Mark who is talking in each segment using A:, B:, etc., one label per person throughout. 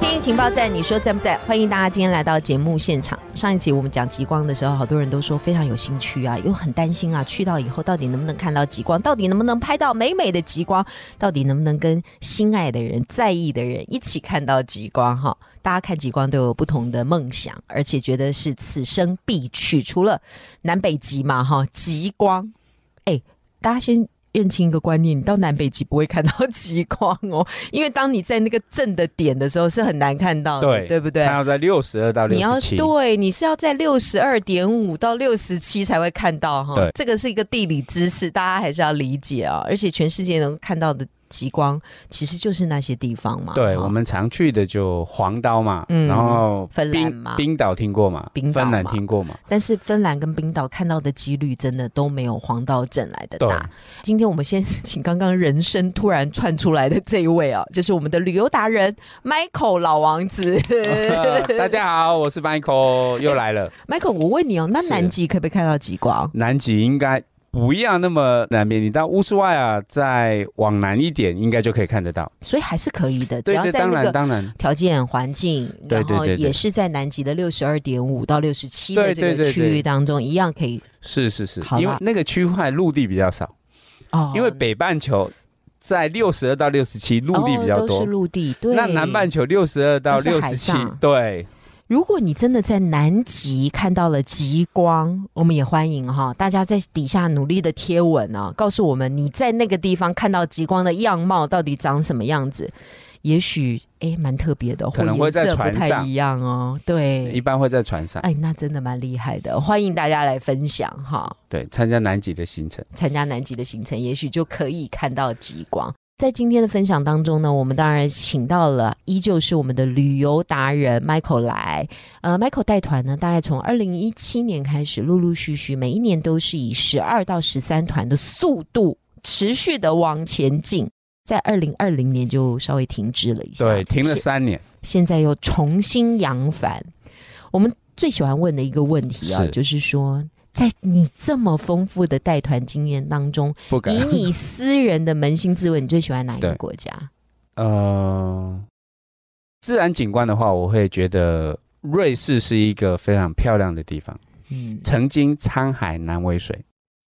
A: 天意情报站，你说在不在？欢迎大家今天来到节目现场。上一集我们讲极光的时候，好多人都说非常有兴趣啊，又很担心啊，去到以后到底能不能看到极光，到底能不能拍到美美的极光，到底能不能跟心爱的人、在意的人一起看到极光？哈，大家看极光都有不同的梦想，而且觉得是此生必去。除了南北极嘛，哈，极光，哎，大家先。认清一个观念，你到南北极不会看到极光哦，因为当你在那个正的点的时候是很难看到的，
B: 对
A: 对不对？
B: 它要在六十二到
A: 你
B: 六
A: 要
B: 十七，
A: 对，你是要在六十二点五到六十七才会看到哈
B: 对。
A: 这个是一个地理知识，大家还是要理解啊。而且全世界能看到的极光，其实就是那些地方嘛。
B: 对
A: 哈
B: 我们常去的就黄岛嘛，
A: 嗯
B: 然后
A: 芬兰
B: 冰
A: 嘛
B: 冰岛听过嘛，
A: 冰岛
B: 芬兰
A: 嘛
B: 听过嘛，
A: 但是芬兰跟冰岛看到的几率真的都没有黄道镇来的大。今天我们先请刚刚人生突然窜出来的这一位啊， 就是我们的旅游达人 Michael 老王子。
B: 大家好，我是 Michael，又 来了。
A: Michael，我问你哦，那
B: 是
A: 南极可不可以看到极光？
B: 南极应该不要那么南边，你到乌苏外啊，再往南一点，应该就可以看得到。
A: 所以还是可以的，只
B: 对
A: 要
B: 对，
A: 在
B: 当
A: 那
B: 然
A: 个
B: 当然，
A: 条件、环境，
B: 对
A: 然后
B: 对对对
A: 也是在南极的六十二点五到六十七的
B: 对
A: 这
B: 对
A: 个
B: 对
A: 区域当中，一样可以
B: 是是是
A: 好，啦
B: 因为那个区块陆地比较少，
A: 哦，
B: 因为北半球在六十二到六十七陆地比较
A: 哦、都
B: 多
A: 是，陆地。对，
B: 那南半球六十二到
A: 都是
B: 六
A: 海
B: 十七
A: 上，
B: 对，
A: 如果你真的在南极看到了极光，我们也欢迎哈，大家在底下努力的贴文啊，告诉我们你在那个地方看到极光的样貌到底长什么样子。也许诶，蛮特别的，
B: 可能
A: 或
B: 会
A: 颜色
B: 在船
A: 不太
B: 上
A: 一样哦。对
B: 一，般会在船上，
A: 哎，那真的蛮厉害的，欢迎大家来分享哈。
B: 对，参加南极的行程。
A: 参加南极的行程，也许就可以看到极光。在今天的分享当中呢，我们当然请到了，依旧是我们的旅游达人 Michael 来。呃，Michael 带团呢，大概从二零一七年开始，陆陆续续每一年都是以十二到十三团的速度持续的往前进。在二零二零年就稍微停滞了一下，
B: 对，停了
A: 现
B: 三年，
A: 现在又重新扬帆。我们最喜欢问的一个问题啊，
B: 是
A: 就是说，在你这么丰富的带团经验当 中，
B: 不敢
A: 以。你私人的扪心自问，你最喜欢哪一个
B: 对
A: 国家？
B: 呃，自然景观的话，我会觉得瑞士是一个非常漂亮的地方。
A: 嗯，
B: 曾经沧海难为水，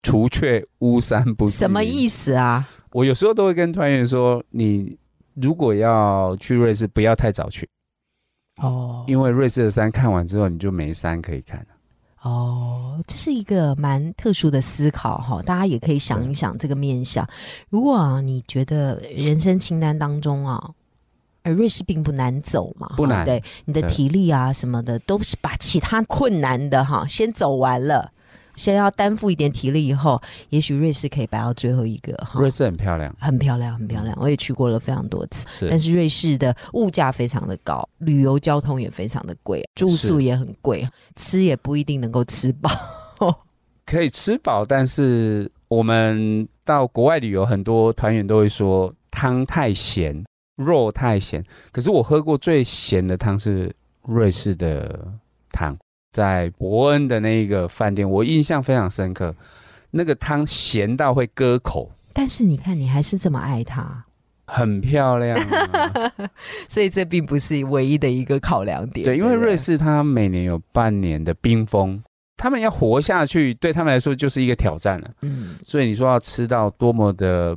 B: 除却巫山不
A: 什么意
B: 思？
A: 思啊？
B: 我有时候都会跟团员说，你如果要去瑞士，不要太早去，
A: 哦
B: 因为瑞士的山看完之后，你就没山可以看了。
A: 哦，这是一个蛮特殊的思考哈，大家也可以想一想这个面向。如果啊，你觉得人生清单当中啊。而瑞士并不难走嘛，
B: 不
A: 哈
B: 难
A: 对你的
B: 对
A: 体力啊什么的，都是把其他困难的哈先走完了，先要担负一点体力，以后也许瑞士可以摆到最后一个哈
B: 瑞。士很漂亮，
A: 很漂亮，很漂亮，我也去过了非常多次。但
B: 是
A: 是瑞士的物价非常的高，旅游交通也非常的贵，住宿
B: 是
A: 也很贵，吃也不一定能够吃饱。
B: 可以吃饱，但是我们到国外旅游，很多团员都会说汤太咸，肉太咸。可是我喝过最咸的汤是瑞士的汤，在伯恩的那一个饭店，我印象非常深刻。那个汤咸到会割口，
A: 但是你看，你还是这么爱 它，
B: 很漂亮啊、
A: 所以这并不是唯一的一个考量点。
B: 对，因为
A: 不
B: 瑞士它每年有半年的冰封，他们要活下去，对他们来说就是一个挑战了。
A: 嗯，
B: 所以你说要吃到多么的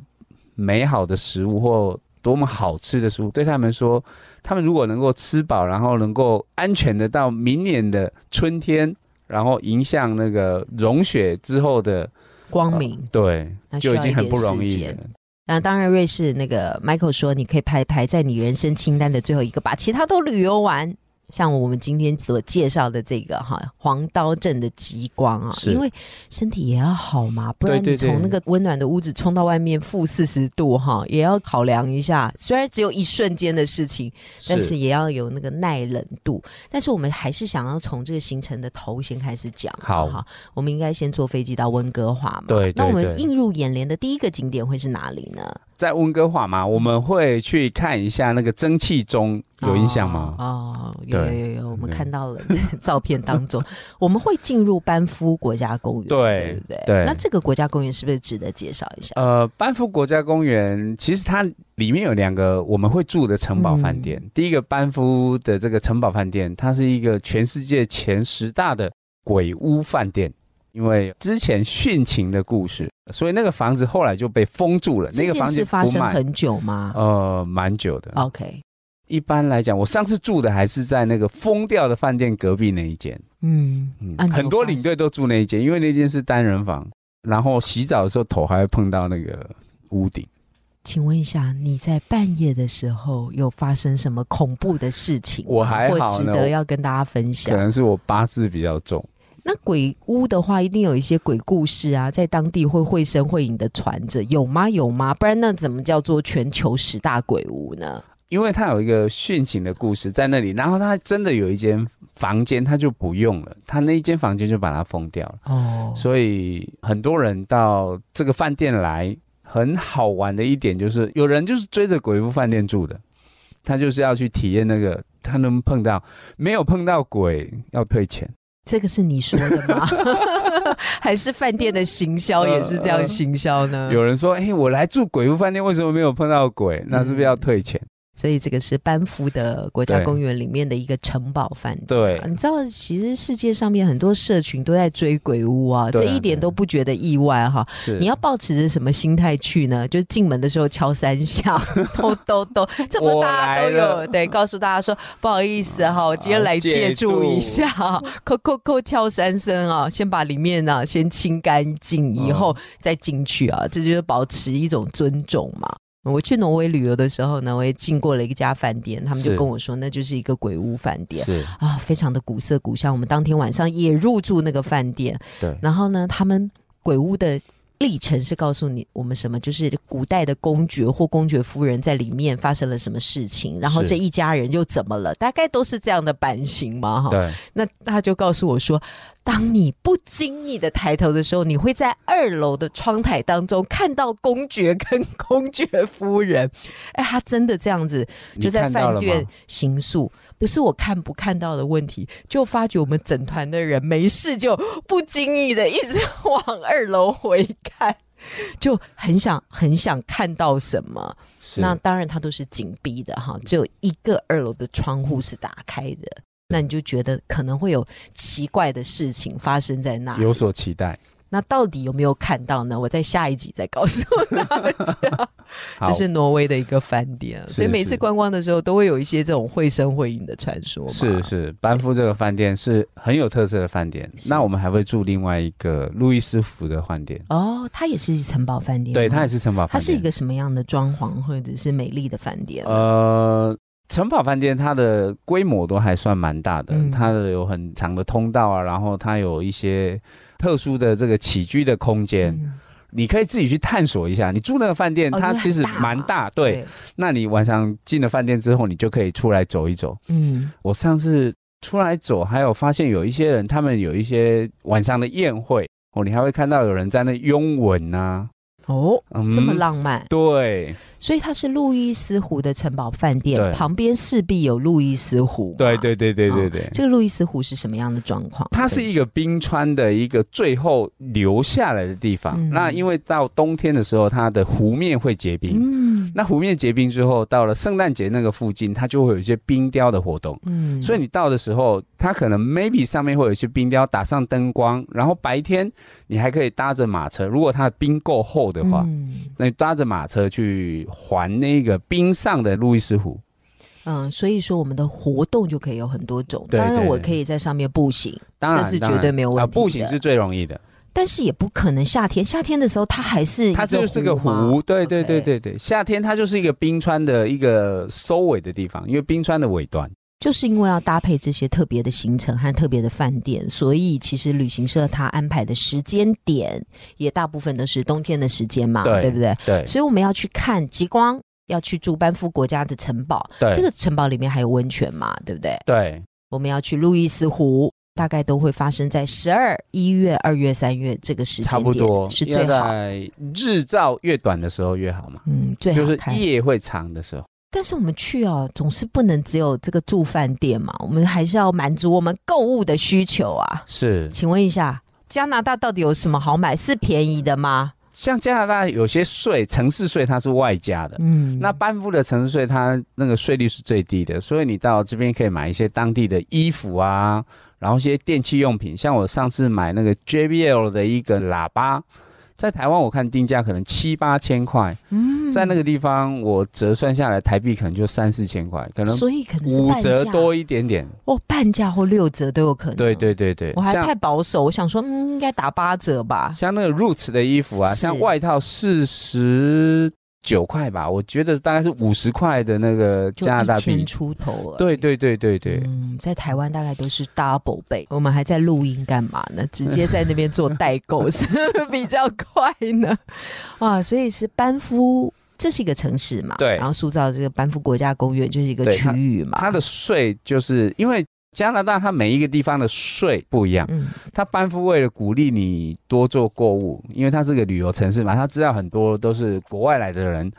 B: 美好的食物或多么好吃的食物，对他们说，他们如果能够吃饱，然后能够安全的到明年的春天，然后迎向那个融雪之后的，
A: 光明。
B: 对
A: 那，需要
B: 呃就已经很不容
A: 一
B: 易
A: 点时
B: 了
A: 间。那当然，瑞士那个 Michael 说，你可以排排在你人生清单的最后一个，把其他都旅游完。像我们今天所介绍的这个哈黄刀镇的极光啊，
B: 是
A: 因为身体也要好嘛，不然
B: 对
A: 你
B: 对对
A: 从那个温暖的屋子冲到外面负四十度哈，也要考量一下。虽然只有一瞬间的事情，但是也要有那个耐冷度。但是我们还是想要从这个行程的头先开始讲，
B: 好
A: 不我们应该先坐飞机到温哥华嘛。
B: 对对
A: 那我
B: 对
A: 们映入眼帘的第一个景点会是哪里呢？
B: 在温哥华嘛，我们会去看一下那个蒸汽钟，有印象吗？
A: 哦，哦有有
B: 对
A: 有有，我们
B: 对
A: 看到了在 照片当中，我们会进入班夫国家公园，
B: 对
A: 不对？
B: 对
A: 那这个国家公园是不是值得介绍一下？
B: 呃，班夫国家公园其实它里面有两个我们会住的城堡饭店。
A: 嗯
B: 第一个班夫的这个城堡饭店，它是一个全世界前十大的鬼屋饭店。因为之前殉情的故事，所以那个房子后来就被封住了。那
A: 这
B: 个
A: 件
B: 房
A: 事
B: 子
A: 发
B: 不
A: 生
B: 卖，
A: 很哦久吗、
B: 呃，蛮久的。
A: o k
B: 一般来讲，我上次住的还是在那个疯掉的饭店隔壁那一间。
A: 嗯，
B: 嗯
A: 啊，你有
B: 很多
A: 发现
B: 领队都住那一间，因为那间是单人房，然后洗澡的时候头还会碰到那个屋顶。
A: 请问一下，你在半夜的时候有发生什么恐怖的事情吗？
B: 我还好呢
A: 或值得要跟大家分
B: 可
A: 享。
B: 能是我八字比较重，
A: 那鬼屋的话，一定有一些鬼故事啊，在当地会绘声绘影的传着，有吗？有吗？不然那怎么叫做全球十大鬼屋呢？
B: 因为他有一个殉情的故事在那里，然后他真的有一间房间，他就不用了，他那一间房间就把它封掉了，
A: 哦
B: 所以很多人到这个饭店来，很好玩的一点就是，有人就是追着鬼屋饭店住的，他就是要去体验那个，他能碰到没有碰到鬼要退钱。
A: 这个是你说的吗？ 还是饭店的行销也是这样行销呢？
B: 有人说：“哎、我来住鬼屋饭店，为什么没有碰到鬼？那是不是要退钱？”
A: 所以这个是班夫的国家
B: 对
A: 公园里面的一个城堡饭店。
B: 对
A: 啊，你知道，其实世界上面很多社群都在追鬼屋啊，
B: 对啊
A: 这一点都不觉得意外哈。
B: 是
A: 你要保持着什么心态去呢？就进门的时候敲三下， 咚咚咚，这不大家都有
B: 我来了
A: 对，告诉大家说不好意思哈、我今天来借住一下， 扣扣扣敲三声啊，先把里面啊先清干净，
B: 嗯
A: 以后再进去啊，这就是保持一种尊重嘛。我去挪威旅游的时候呢，我也进过了一家饭店，他们就是跟我说那就是一个鬼屋饭店。
B: 是
A: 啊，非常的古色古香。我们当天晚上也入住那个饭店，
B: 对
A: 然后呢，他们鬼屋的历程是告诉你我们什么，就是古代的公爵或公爵夫人在里面发生了什么事情，然后
B: 是
A: 这一家人又怎么了，大概都是这样的版型嘛，哈。
B: 对，
A: 那他就告诉我说，当你不经意的抬头的时候，你会在二楼的窗台当中看到公爵跟公爵夫人。哎，他真的这样子
B: 你
A: 就在
B: 看到
A: 饭
B: 了
A: 店
B: 吗
A: 行宿，不是我看不看到的问题，就发觉我们整团的人没事就不经意的一直往二楼回看。就很想很想看到什么，
B: 是
A: 那当然它都是紧闭的哈，只有一个二楼的窗户是打开的，那你就觉得可能会有奇怪的事情发生在那里
B: 有所期待。
A: 那到底有没有看到呢？我在下一集再告诉大家。
B: 好，
A: 这是挪威的一个饭店，
B: 是
A: 所以每次
B: 是
A: 观光的时候都会有一些这种绘声绘影的传说嘛。
B: 是是，班夫这个饭店是很有特色的饭店。
A: 是
B: 那我们还会住另外一个路易斯福的饭店，
A: 哦，它也是城堡饭店吗，
B: 对，它也是城堡
A: 它
B: 饭店。
A: 是一个什么样的装潢或者是美丽的饭店？
B: 呃，城堡饭店它的规模都还算蛮大的，
A: 嗯
B: 它的有很长的通道啊，然后它有一些特殊的这个起居的空间，
A: 嗯
B: 你可以自己去探索一下。你住那个饭店，
A: 哦因
B: 它
A: 为
B: 其
A: 很
B: 实
A: 大
B: 蛮
A: 嘛
B: 大，对。，那你晚上进了饭店之后，你就可以出来走一走。
A: 嗯，
B: 我上次出来走，还有发现有一些人，他们有一些晚上的宴会哦，你还会看到有人在那拥吻呐、
A: 哦，
B: 嗯，
A: 这么浪漫，
B: 对
A: 所以它是路易斯湖的城堡饭店，
B: 对
A: 旁边势必有路易斯湖。
B: 对。对对对对对，
A: 这个路易斯湖是什么样的状况？
B: 它是一个冰川的一个最后留下来的地方。
A: 嗯
B: 那因为到冬天的时候，它的湖面会结冰。
A: 嗯
B: 那湖面结冰之后，到了圣诞节那个附近，它就会有一些冰雕的活动。
A: 嗯
B: 所以
A: 以
B: 你到的时候，它可能 maybe 上面会有一些冰雕，打上灯光，然后白天你还可以搭着马车，如果它的冰够厚的话，
A: 嗯
B: 那你搭着马车去环那个冰上的路易斯湖。
A: 嗯，所以说我们的活动就可以有很多种。
B: 对
A: 当然，
B: 对
A: 我可以在上面步行，
B: 当然，
A: 这是
B: 当然
A: 绝对没有问题的
B: 啊、步行是最容易的，
A: 但是也不可能夏天。夏天的时候，它还是
B: 它就是这个
A: 嘛
B: 湖，对对
A: OK
B: 对对对，夏天它就是一个冰川的一个收尾的地方，因为冰川的尾端
A: 就是因为要搭配这些特别的行程和特别的饭店，所以其实旅行社它安排的时间点也大部分都是冬天的时间嘛，
B: 对
A: 不对？
B: 对
A: 所以我们要去看极光，要去住班夫国家的城堡，
B: 对
A: 这个城堡里面还有温泉嘛，对不对？
B: 对
A: 我们要去路易斯湖，大概都会发生在十二、一月、二月、三月这个时间
B: 差
A: 点，
B: 不多
A: 是
B: 要
A: 最好。
B: 在日照越短的时候越好嘛，
A: 嗯，最
B: 就
A: 好
B: 是
A: 看。
B: 夜会长的时候。
A: 但是我们去哦，总是不能只有这个住饭店嘛，我们还是要满足我们购物的需求啊。
B: 是
A: 请问一下，加拿大到底有什么好买？是便宜的吗？
B: 像加拿大有些税，城市税它是外加的。
A: 嗯，
B: 那班夫的城市税，它那个税率是最低的，所以你到这边可以买一些当地的衣服啊，然后一些电器用品。像我上次买那个 JBL 的一个喇叭，在台湾我看定价可能七八千块，
A: 嗯
B: 在那个地方我折算下来台币可能就三四千块，可能
A: 所以可能是
B: 五
A: 半
B: 折
A: 价
B: 多一点点。
A: 哦，半价或六折都有可能。
B: 对。对对对，
A: 我还
B: 像
A: 太保守，我想说，嗯，应该打八折吧。
B: 像那个 Roots 的衣服啊，
A: 是
B: 像外套四十九块吧，我觉得大概是五十块的那个
A: 就
B: 加拿大
A: 一千
B: 币。
A: 出头了。
B: 对对对对对，
A: 嗯，在台湾大概都是 double 倍，我们还在录音干嘛呢？直接在那边做代购是不 是比较快呢？啊，所以是班夫，这是一个城市嘛，
B: 对
A: 然后塑造这个班夫国家公园就是一个
B: 对
A: 区
B: 它
A: 域嘛，
B: 它的税就是因为加拿大它每一个地方的税不一样，
A: 嗯
B: 它班夫为了鼓励你多做购物，因为它是个旅游城市嘛，他知道很多都是国外来的人，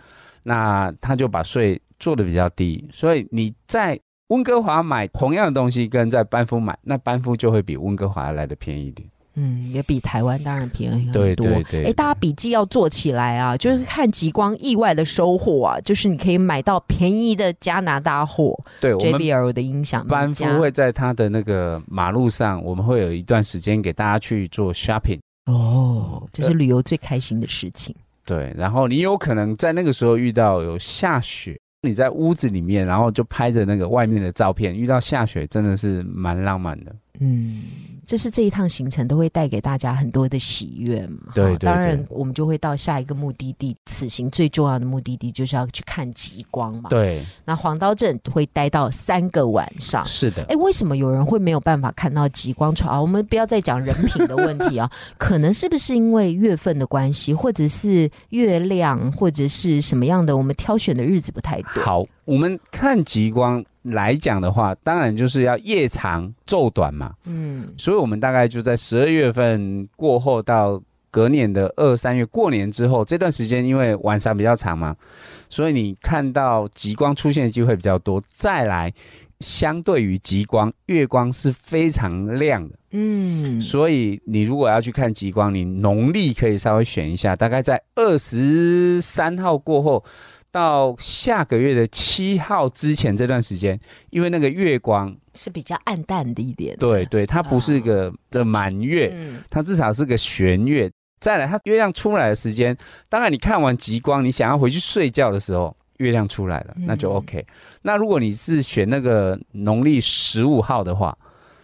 B: 那他就把税做的比较低，所以你在温哥华买同样的东西跟在班夫买，那班夫就会比温哥华来的便宜一点。
A: 嗯，也比台湾当然便宜很多。
B: 对对对，
A: 哎，大家笔记要做起来啊！就是看极光意外的收获啊，就是你可以买到便宜的加拿大货
B: 对我们。
A: ，JBL 的音响
B: 班
A: 名
B: 夫
A: 家
B: 会在他的那个马路上，我们会有一段时间给大家去做 shopping，
A: 哦，这是旅游最开心的事情。
B: 对，然后你有可能在那个时候遇到有下雪，你在屋子里面，然后就拍着那个外面的照片，遇到下雪真的是蛮浪漫的。
A: 嗯，这是这一趟行程都会带给大家很多的喜悦嘛。
B: 对
A: 好
B: 对对
A: 当然我们就会到下一个目的地。此行最重要的目的地就是要去看极光嘛。，
B: 对，
A: 那黄刀镇会待到三个晚上。
B: 是的，
A: 哎，为什么有人会没有办法看到极光船？啊我们不要再讲人品的问题啊， 可能是不是因为月份的关系，或者是月亮，或者是什么样的？我们挑选的日子不太对。
B: 好，我们看极光来讲的话，当然就是要夜长昼短嘛，
A: 嗯，
B: 所以我们大概就在十二月份过后到。隔年的二三月过年之后这段时间，因为晚上比较长嘛，所以你看到极光出现的机会比较多。再来，相对于极光，月光是非常亮的，
A: 嗯，
B: 所以你如果要去看极光，你农历可以稍微选一下，大概在二十三号过后到下个月的七号之前这段时间，因为那个月光，
A: 是比较暗淡的一点。
B: 对，对，它不是个的满月，
A: 嗯。
B: 它至少是个弦月。再来，它月亮出来的时间，当然你看完极光，你想要回去睡觉的时候，月亮出来了，那就
A: 嗯
B: OK。那如果你是选那个农历十五号的话，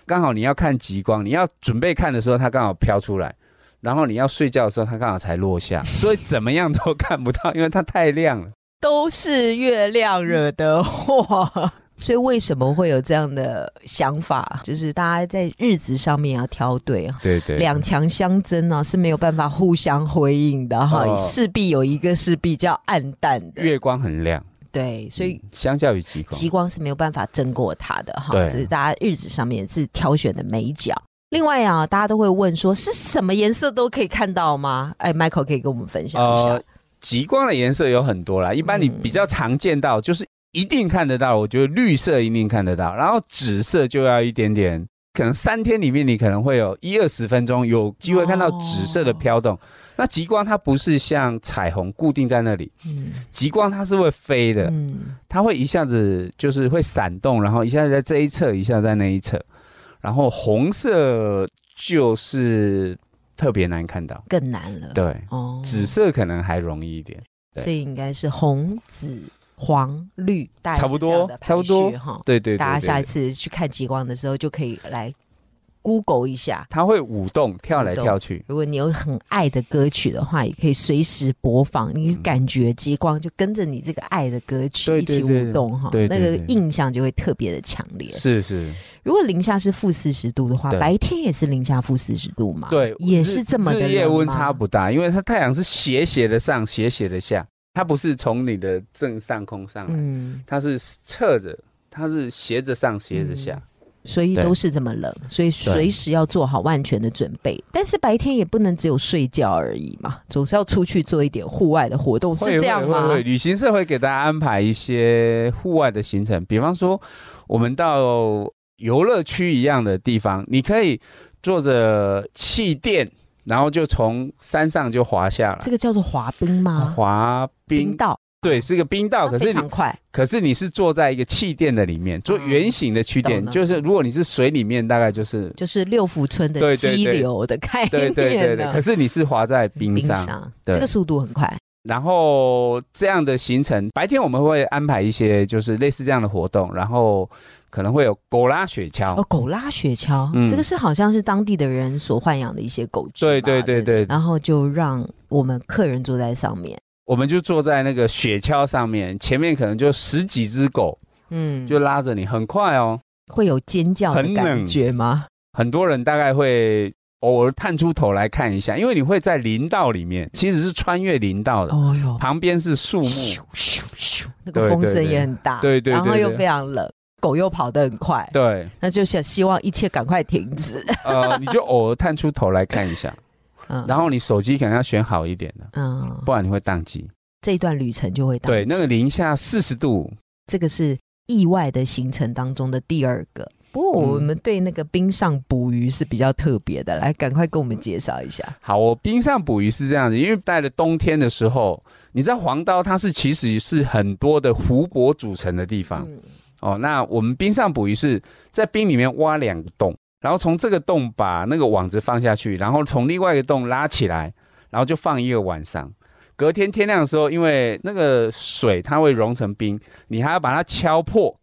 B: 刚好你要看极光，你要准备看的时候，它刚好飘出来，然后你要睡觉的时候，它刚好才 落下，所以怎么样都看不到，因为它太亮了。
A: 都是月亮惹的祸。 所以为什么会有这样的想法？就是大家在日子上面要挑对啊。
B: 对对
A: 两强相争呢、是没有办法互相回应的哈，
B: 哦
A: 势必有一个是比较暗淡的，
B: 月光很亮，
A: 对，所以
B: 嗯相较于极光，
A: 极光是没有办法争过它的哈，
B: 对
A: 这是大家日子上面是挑选的美角。另外啊，大家都会问说，是什么颜色都可以看到吗？哎，Michael 可以跟我们分享一下。
B: 呃，极光的颜色有很多啦，一般你
A: 嗯
B: 比较常见到、就是一定看得到，我觉得绿色一定看得到，然后紫色就要一点点，可能三天里面你可能会有一二十分钟有机会看到紫色
A: 哦
B: 的飘动。那极光它不是像彩虹固定在那里，
A: 嗯
B: 极光它是会飞的，
A: 嗯，
B: 它会一下子就是会闪动，然后一下子在这一侧，一下子在那一侧，然后红色就是特别难看到，
A: 更难了。
B: 对。
A: 哦，
B: 紫色可能还容易一点，对
A: 所以应该是红、紫、黄、绿，大概
B: 差不
A: 是这样
B: 多
A: 的排
B: 差不多
A: 序哈。
B: 对对对对
A: 大家下一
B: 对
A: 次去看极光的时候，就可以来 Google 一下。
B: 它会舞动，跳来
A: 舞动
B: 跳去。
A: 如果你有很爱的歌曲的话，也可以随时播放，你感觉极光就跟着你这个爱的歌曲
B: 对
A: 一起
B: 对对
A: 舞动哈，
B: 对
A: 那
B: 对
A: 个
B: 对
A: 印象就会特别的强烈。
B: 是是，
A: 如果零下是负四十度的话，
B: 对
A: 白天也是零下负四十度嘛？
B: 对，
A: 啊也
B: 日
A: 是这么的
B: 日夜
A: 冷
B: 温
A: 吗
B: 差不大，因为它太阳是斜斜的上，斜斜的下，它不是从你的正上空上来，
A: 嗯，
B: 它是侧着，它是斜着上，斜着下。
A: 嗯所以
B: 对
A: 都是这么冷，所以随时要做好万全的准备。但是白天也不能只有睡觉而已嘛，总是要出去做一点户外的活动，是
B: 会
A: 这样吗
B: 会会？会旅行社会给大家安排一些户外的行程，比方说我们到游乐区一样的地方，你可以坐着气垫，然后就从山上就滑下来，
A: 这个叫啊做滑冰吗？
B: 滑冰
A: 冰道，
B: 对，是个冰道，可
A: 哦它非
B: 是你
A: 常快，
B: 可是你是坐在一个气垫的里面，做
A: 嗯
B: 圆形的气垫
A: 懂，了
B: 就是如果你是水里面，大 概就是
A: 就是六福村的
B: 对对
A: 激
B: 对
A: 流的概念
B: 对对对对，
A: 了
B: 可是你是滑在冰上，对
A: 这个速度很快，
B: 然后这样的行程，白天我们会安排一些就是类似这样的活动，然后可能会有狗拉雪橇，
A: 哦，狗拉雪橇，
B: 嗯
A: 这个是好像是当地的人所豢养的一些狗只嘛，
B: 对对对
A: 不
B: 对
A: 然后就让我们客人坐在上面，
B: 我们就坐在那个雪橇上面，前面可能就十几只狗
A: 嗯，
B: 就拉着你，很快哦。
A: 会有尖叫的
B: 很
A: 感
B: 冷
A: 觉吗？
B: 很多人大概会偶尔探出头来看一下，因为你会在林道里面，其实是穿越林道的，
A: 哦哟，
B: 旁边是树木，
A: 咻咻咻，那个
B: 对
A: 风
B: 对
A: 声
B: 对
A: 也很大，
B: 对对
A: 然后
B: 对
A: 又
B: 对
A: 非常冷，狗又跑得很快，
B: 对，
A: 那就想希望一切赶快停 止。
B: 呃，你就偶尔探出头来看一下，
A: 嗯，
B: 然后你手机可能要选好一点的，
A: 嗯，
B: 不然你会宕机。
A: 这一段旅程就会到
B: 对，
A: 此。
B: 那个零下四十度，
A: 这个是意外的行程当中的第二个。不过我
B: 嗯
A: 们对那个冰上捕鱼是比较特别的，来赶快跟我们介绍一下。
B: 好，我冰上捕鱼是这样子，因为在了冬天的时候，你知道黄刀它是其实是很多的湖泊组成的地方、
A: 嗯，
B: 哦。那我们冰上捕鱼是在冰里面挖两个洞，然后从这个洞把那个网子放下去，然后从另外一个洞拉起来，然后就放一个晚上。隔天天亮的时候，因为那个水它会融成冰，你还要把它敲破，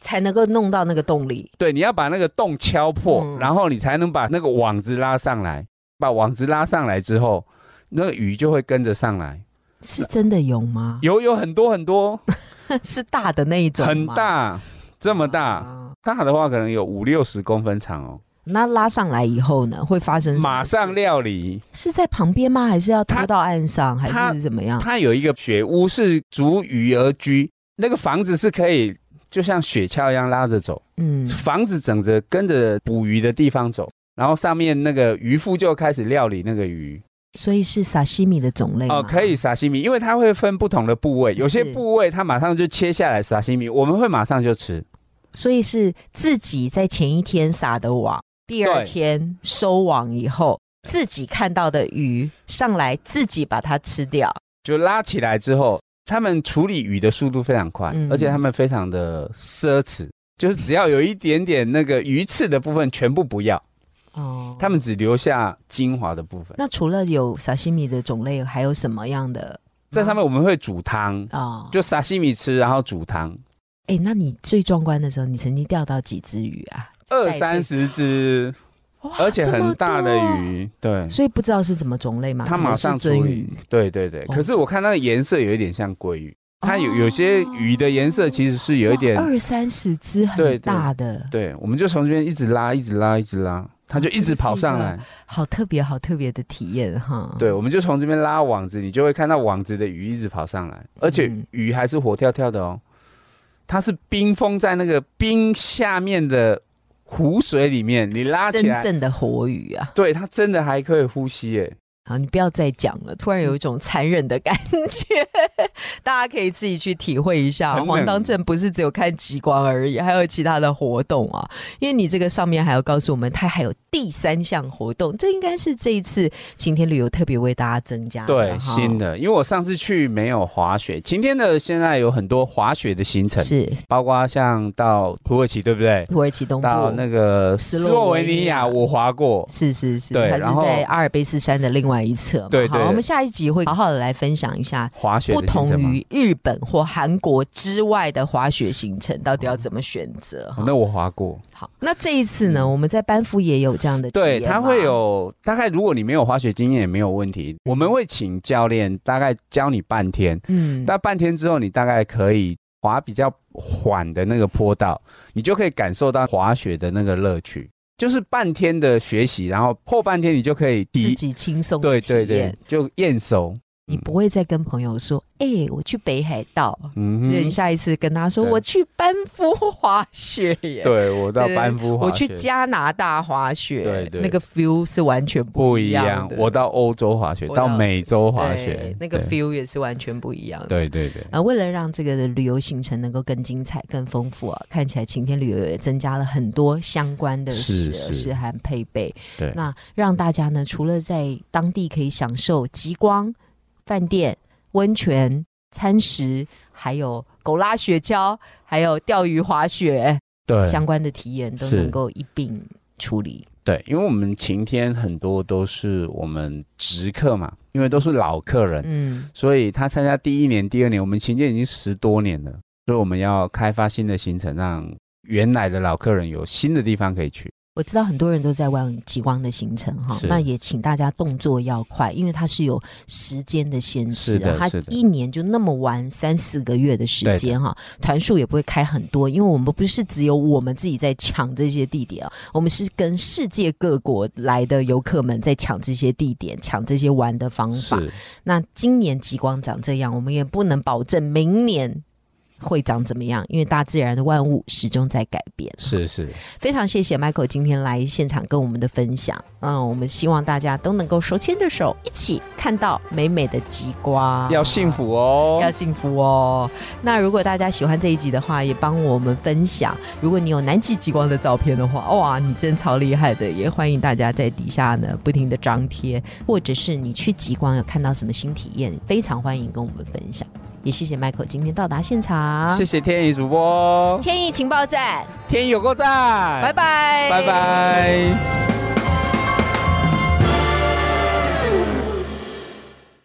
A: 才能够弄到那个洞里。
B: 对，你要把那个洞敲破，
A: 嗯
B: 然后你才能把那个网子拉上来。把网子拉上来之后，那个鱼就会跟着上来。
A: 是真的有吗？
B: 有有很多很多，
A: 是大的那一种吗
B: 很，大，这么大，
A: 啊
B: 大的话可能有五六十公分长哦。
A: 那拉上来以后呢，会发生什么
B: 马上
A: 事
B: 料理，
A: 是在旁边吗？还是要拖
B: 它
A: 到岸上，还
B: 它
A: 是怎么样？
B: 它有一个雪屋是逐鱼而居，那个房子是可以就像雪橇一样拉着走，
A: 嗯，
B: 房子整着跟着捕鱼的地方走，然后上面那个渔夫就开始料理那个鱼。
A: 所以是沙西米的种类吗
B: 哦，可以。沙西米，因为它会分不同的部位，有些
A: 哎是
B: 部位它马上就切下来沙西米，我们会马上就吃。
A: 所以是自己在前一天撒的网，第二
B: 对
A: 天收网以后，自己看到的鱼上来，自己把它吃掉。
B: 就拉起来之后，他们处理鱼的速度非常快，
A: 嗯
B: 而且他们非常的奢侈，就是只要有一点点那个鱼刺的部分全部不要，
A: 哦，
B: 他们只留下精华的部分。
A: 那除了有沙西米的种类，还有什么样的
B: 在上面我们会煮汤，
A: 啊？
B: 就沙西米吃，然后煮汤，
A: 哎、那你最壮观的时候，你曾经钓到几只鱼啊？
B: 二
A: 带
B: 三十只，
A: 哇
B: 而且很大的，
A: 这么
B: 鱼，对
A: 多。所以不知道是什么种类嘛？
B: 它
A: 可能
B: 马
A: 是
B: 上处
A: 鳟
B: 理
A: 鱼，，
B: 对对对。
A: 哦
B: 可是我看它的颜色有一点像鲑鱼，它有
A: 哦
B: 有些鱼的颜色其实是有一点
A: 哇，二三十只
B: 对
A: 很
B: 对
A: 大的，
B: 对，我们就从这边一直拉，一直拉，一直拉，它就一直跑上来。
A: 好特别，好特别的体验哈。
B: 对，我们就从这边拉网子，你就会看到网子的鱼一直跑上来，而且
A: 嗯
B: 鱼还是活跳跳的哦，它是冰封在那个冰下面的湖水里面，你拉
A: 真
B: 起来，
A: 正的哎活鱼啊！
B: 对，它真的还可以呼吸耶。
A: 好，你不要再讲了，突然有一种残忍的感觉， 大家可以自己去体会一下。
B: 很冷
A: 黄当镇不是只有看极光而已，还有其他的活动啊。因为你这个上面还要告诉我们，它还有第三项活动，这应该是这一次晴天旅游特别为大家增加的
B: 对，
A: 哈
B: 新的，因为我上次去没有滑雪，晴天的现在有很多滑雪的行程，
A: 是
B: 包括像到土耳其，对不对？
A: 土耳其东部，
B: 到那个
A: 嗯斯
B: 斯
A: 洛
B: 洛
A: 维
B: 维
A: 尼
B: 尼
A: 亚
B: 亚，我滑过，
A: 是是是，
B: 对
A: 它
B: 然
A: 是
B: 后
A: 在阿尔卑斯山的另外一侧嘛。
B: 对对
A: 好，我们下一集会好好的来分享一下。
B: 滑雪
A: 不
B: 的行
A: 同
B: 程吗？
A: 于日本或韩国之外的滑雪行程，到底要怎么选择？
B: 哦
A: 哈
B: 那我滑过，
A: 好，那这一次呢，我们在班夫也有这样的体
B: 对，
A: 验吗，
B: 他会有大概，如果你没有滑雪经验也没有问题，我们会请教练大概教你半天，
A: 嗯，
B: 那半天之后你大概可以滑比较缓的那个坡道，你就可以感受到滑雪的那个乐趣。就是半天的学习，然后后半天你就可以
A: 自
B: 体，
A: 己轻松地
B: 对
A: 体
B: 对对嗯
A: 验，，
B: 就验收。
A: 你不会再跟朋友说，哎，我去北海道，
B: 嗯
A: 所以
B: 哼
A: 你下一次跟他说
B: 对
A: 我去班夫滑雪耶，
B: 对我到
A: 对
B: 班夫滑
A: 我
B: 雪，
A: 去加拿大滑雪，
B: 对对
A: 那个 feel 是完全
B: 不
A: 一
B: 一样
A: 样的，，
B: 我到欧洲滑雪，
A: 我
B: 到
A: 到
B: 美洲滑
A: 对
B: 雪，
A: 那个
B: 对
A: feel 也是完全不一样的。
B: 对对对，
A: 啊，为了让这个的旅游行程能够更精彩、更丰富啊，看起来晴天旅游也增加了很多相关的
B: 是
A: 事
B: 是
A: 事和配备。
B: 对
A: 那让大家呢，除了在当地可以享受极光、饭店、温泉、餐食，还有狗拉雪橇，还有钓鱼、滑雪
B: 对
A: 相关的体验，都
B: 是
A: 能够一并处理。
B: 对，因为我们晴天很多都是我们直客嘛，因为都是老客人，
A: 嗯，
B: 所以他参加第一年、第二年，我们晴天已经十多年了，所以我们要开发新的行程，让原来的老客人有新的地方可以去。
A: 我知道很多人都在玩极光的行程哈，
B: 是
A: 那也请大家动作要快，因为它是有时间的限制啊
B: 是的
A: 它
B: 是的
A: 一年就那么玩三四个月的时间哈，团数也不会开很多，因为我们不是只有我们自己在抢这些地点啊，我们是跟世界各国来的游客们在抢这些地点，抢这些玩的方法。
B: 是，
A: 那今年极光长这样，我们也不能保证明年会长怎么样，因为大自然的万物始终在改变。
B: 是是，
A: 非常谢谢 Michael 今天来现场跟我们的分享。嗯，我们希望大家都能够手牵着手，一起看到美美的极光，
B: 要幸。福哦
A: 啊要。幸福哦！那如果大家喜欢这一集的话，也帮我们分享。如果你有南极极光的照片的话，哇，你真超厉害的！也欢迎大家在底下呢不停的张贴，或者是你去极光有看到什么新体验，非常欢迎跟我们分享。也谢谢 Michael 今天到达现场，
B: 谢谢天宇主播，
A: 天意情报站，
B: 天宇有够赞，
A: 拜拜，
B: 拜拜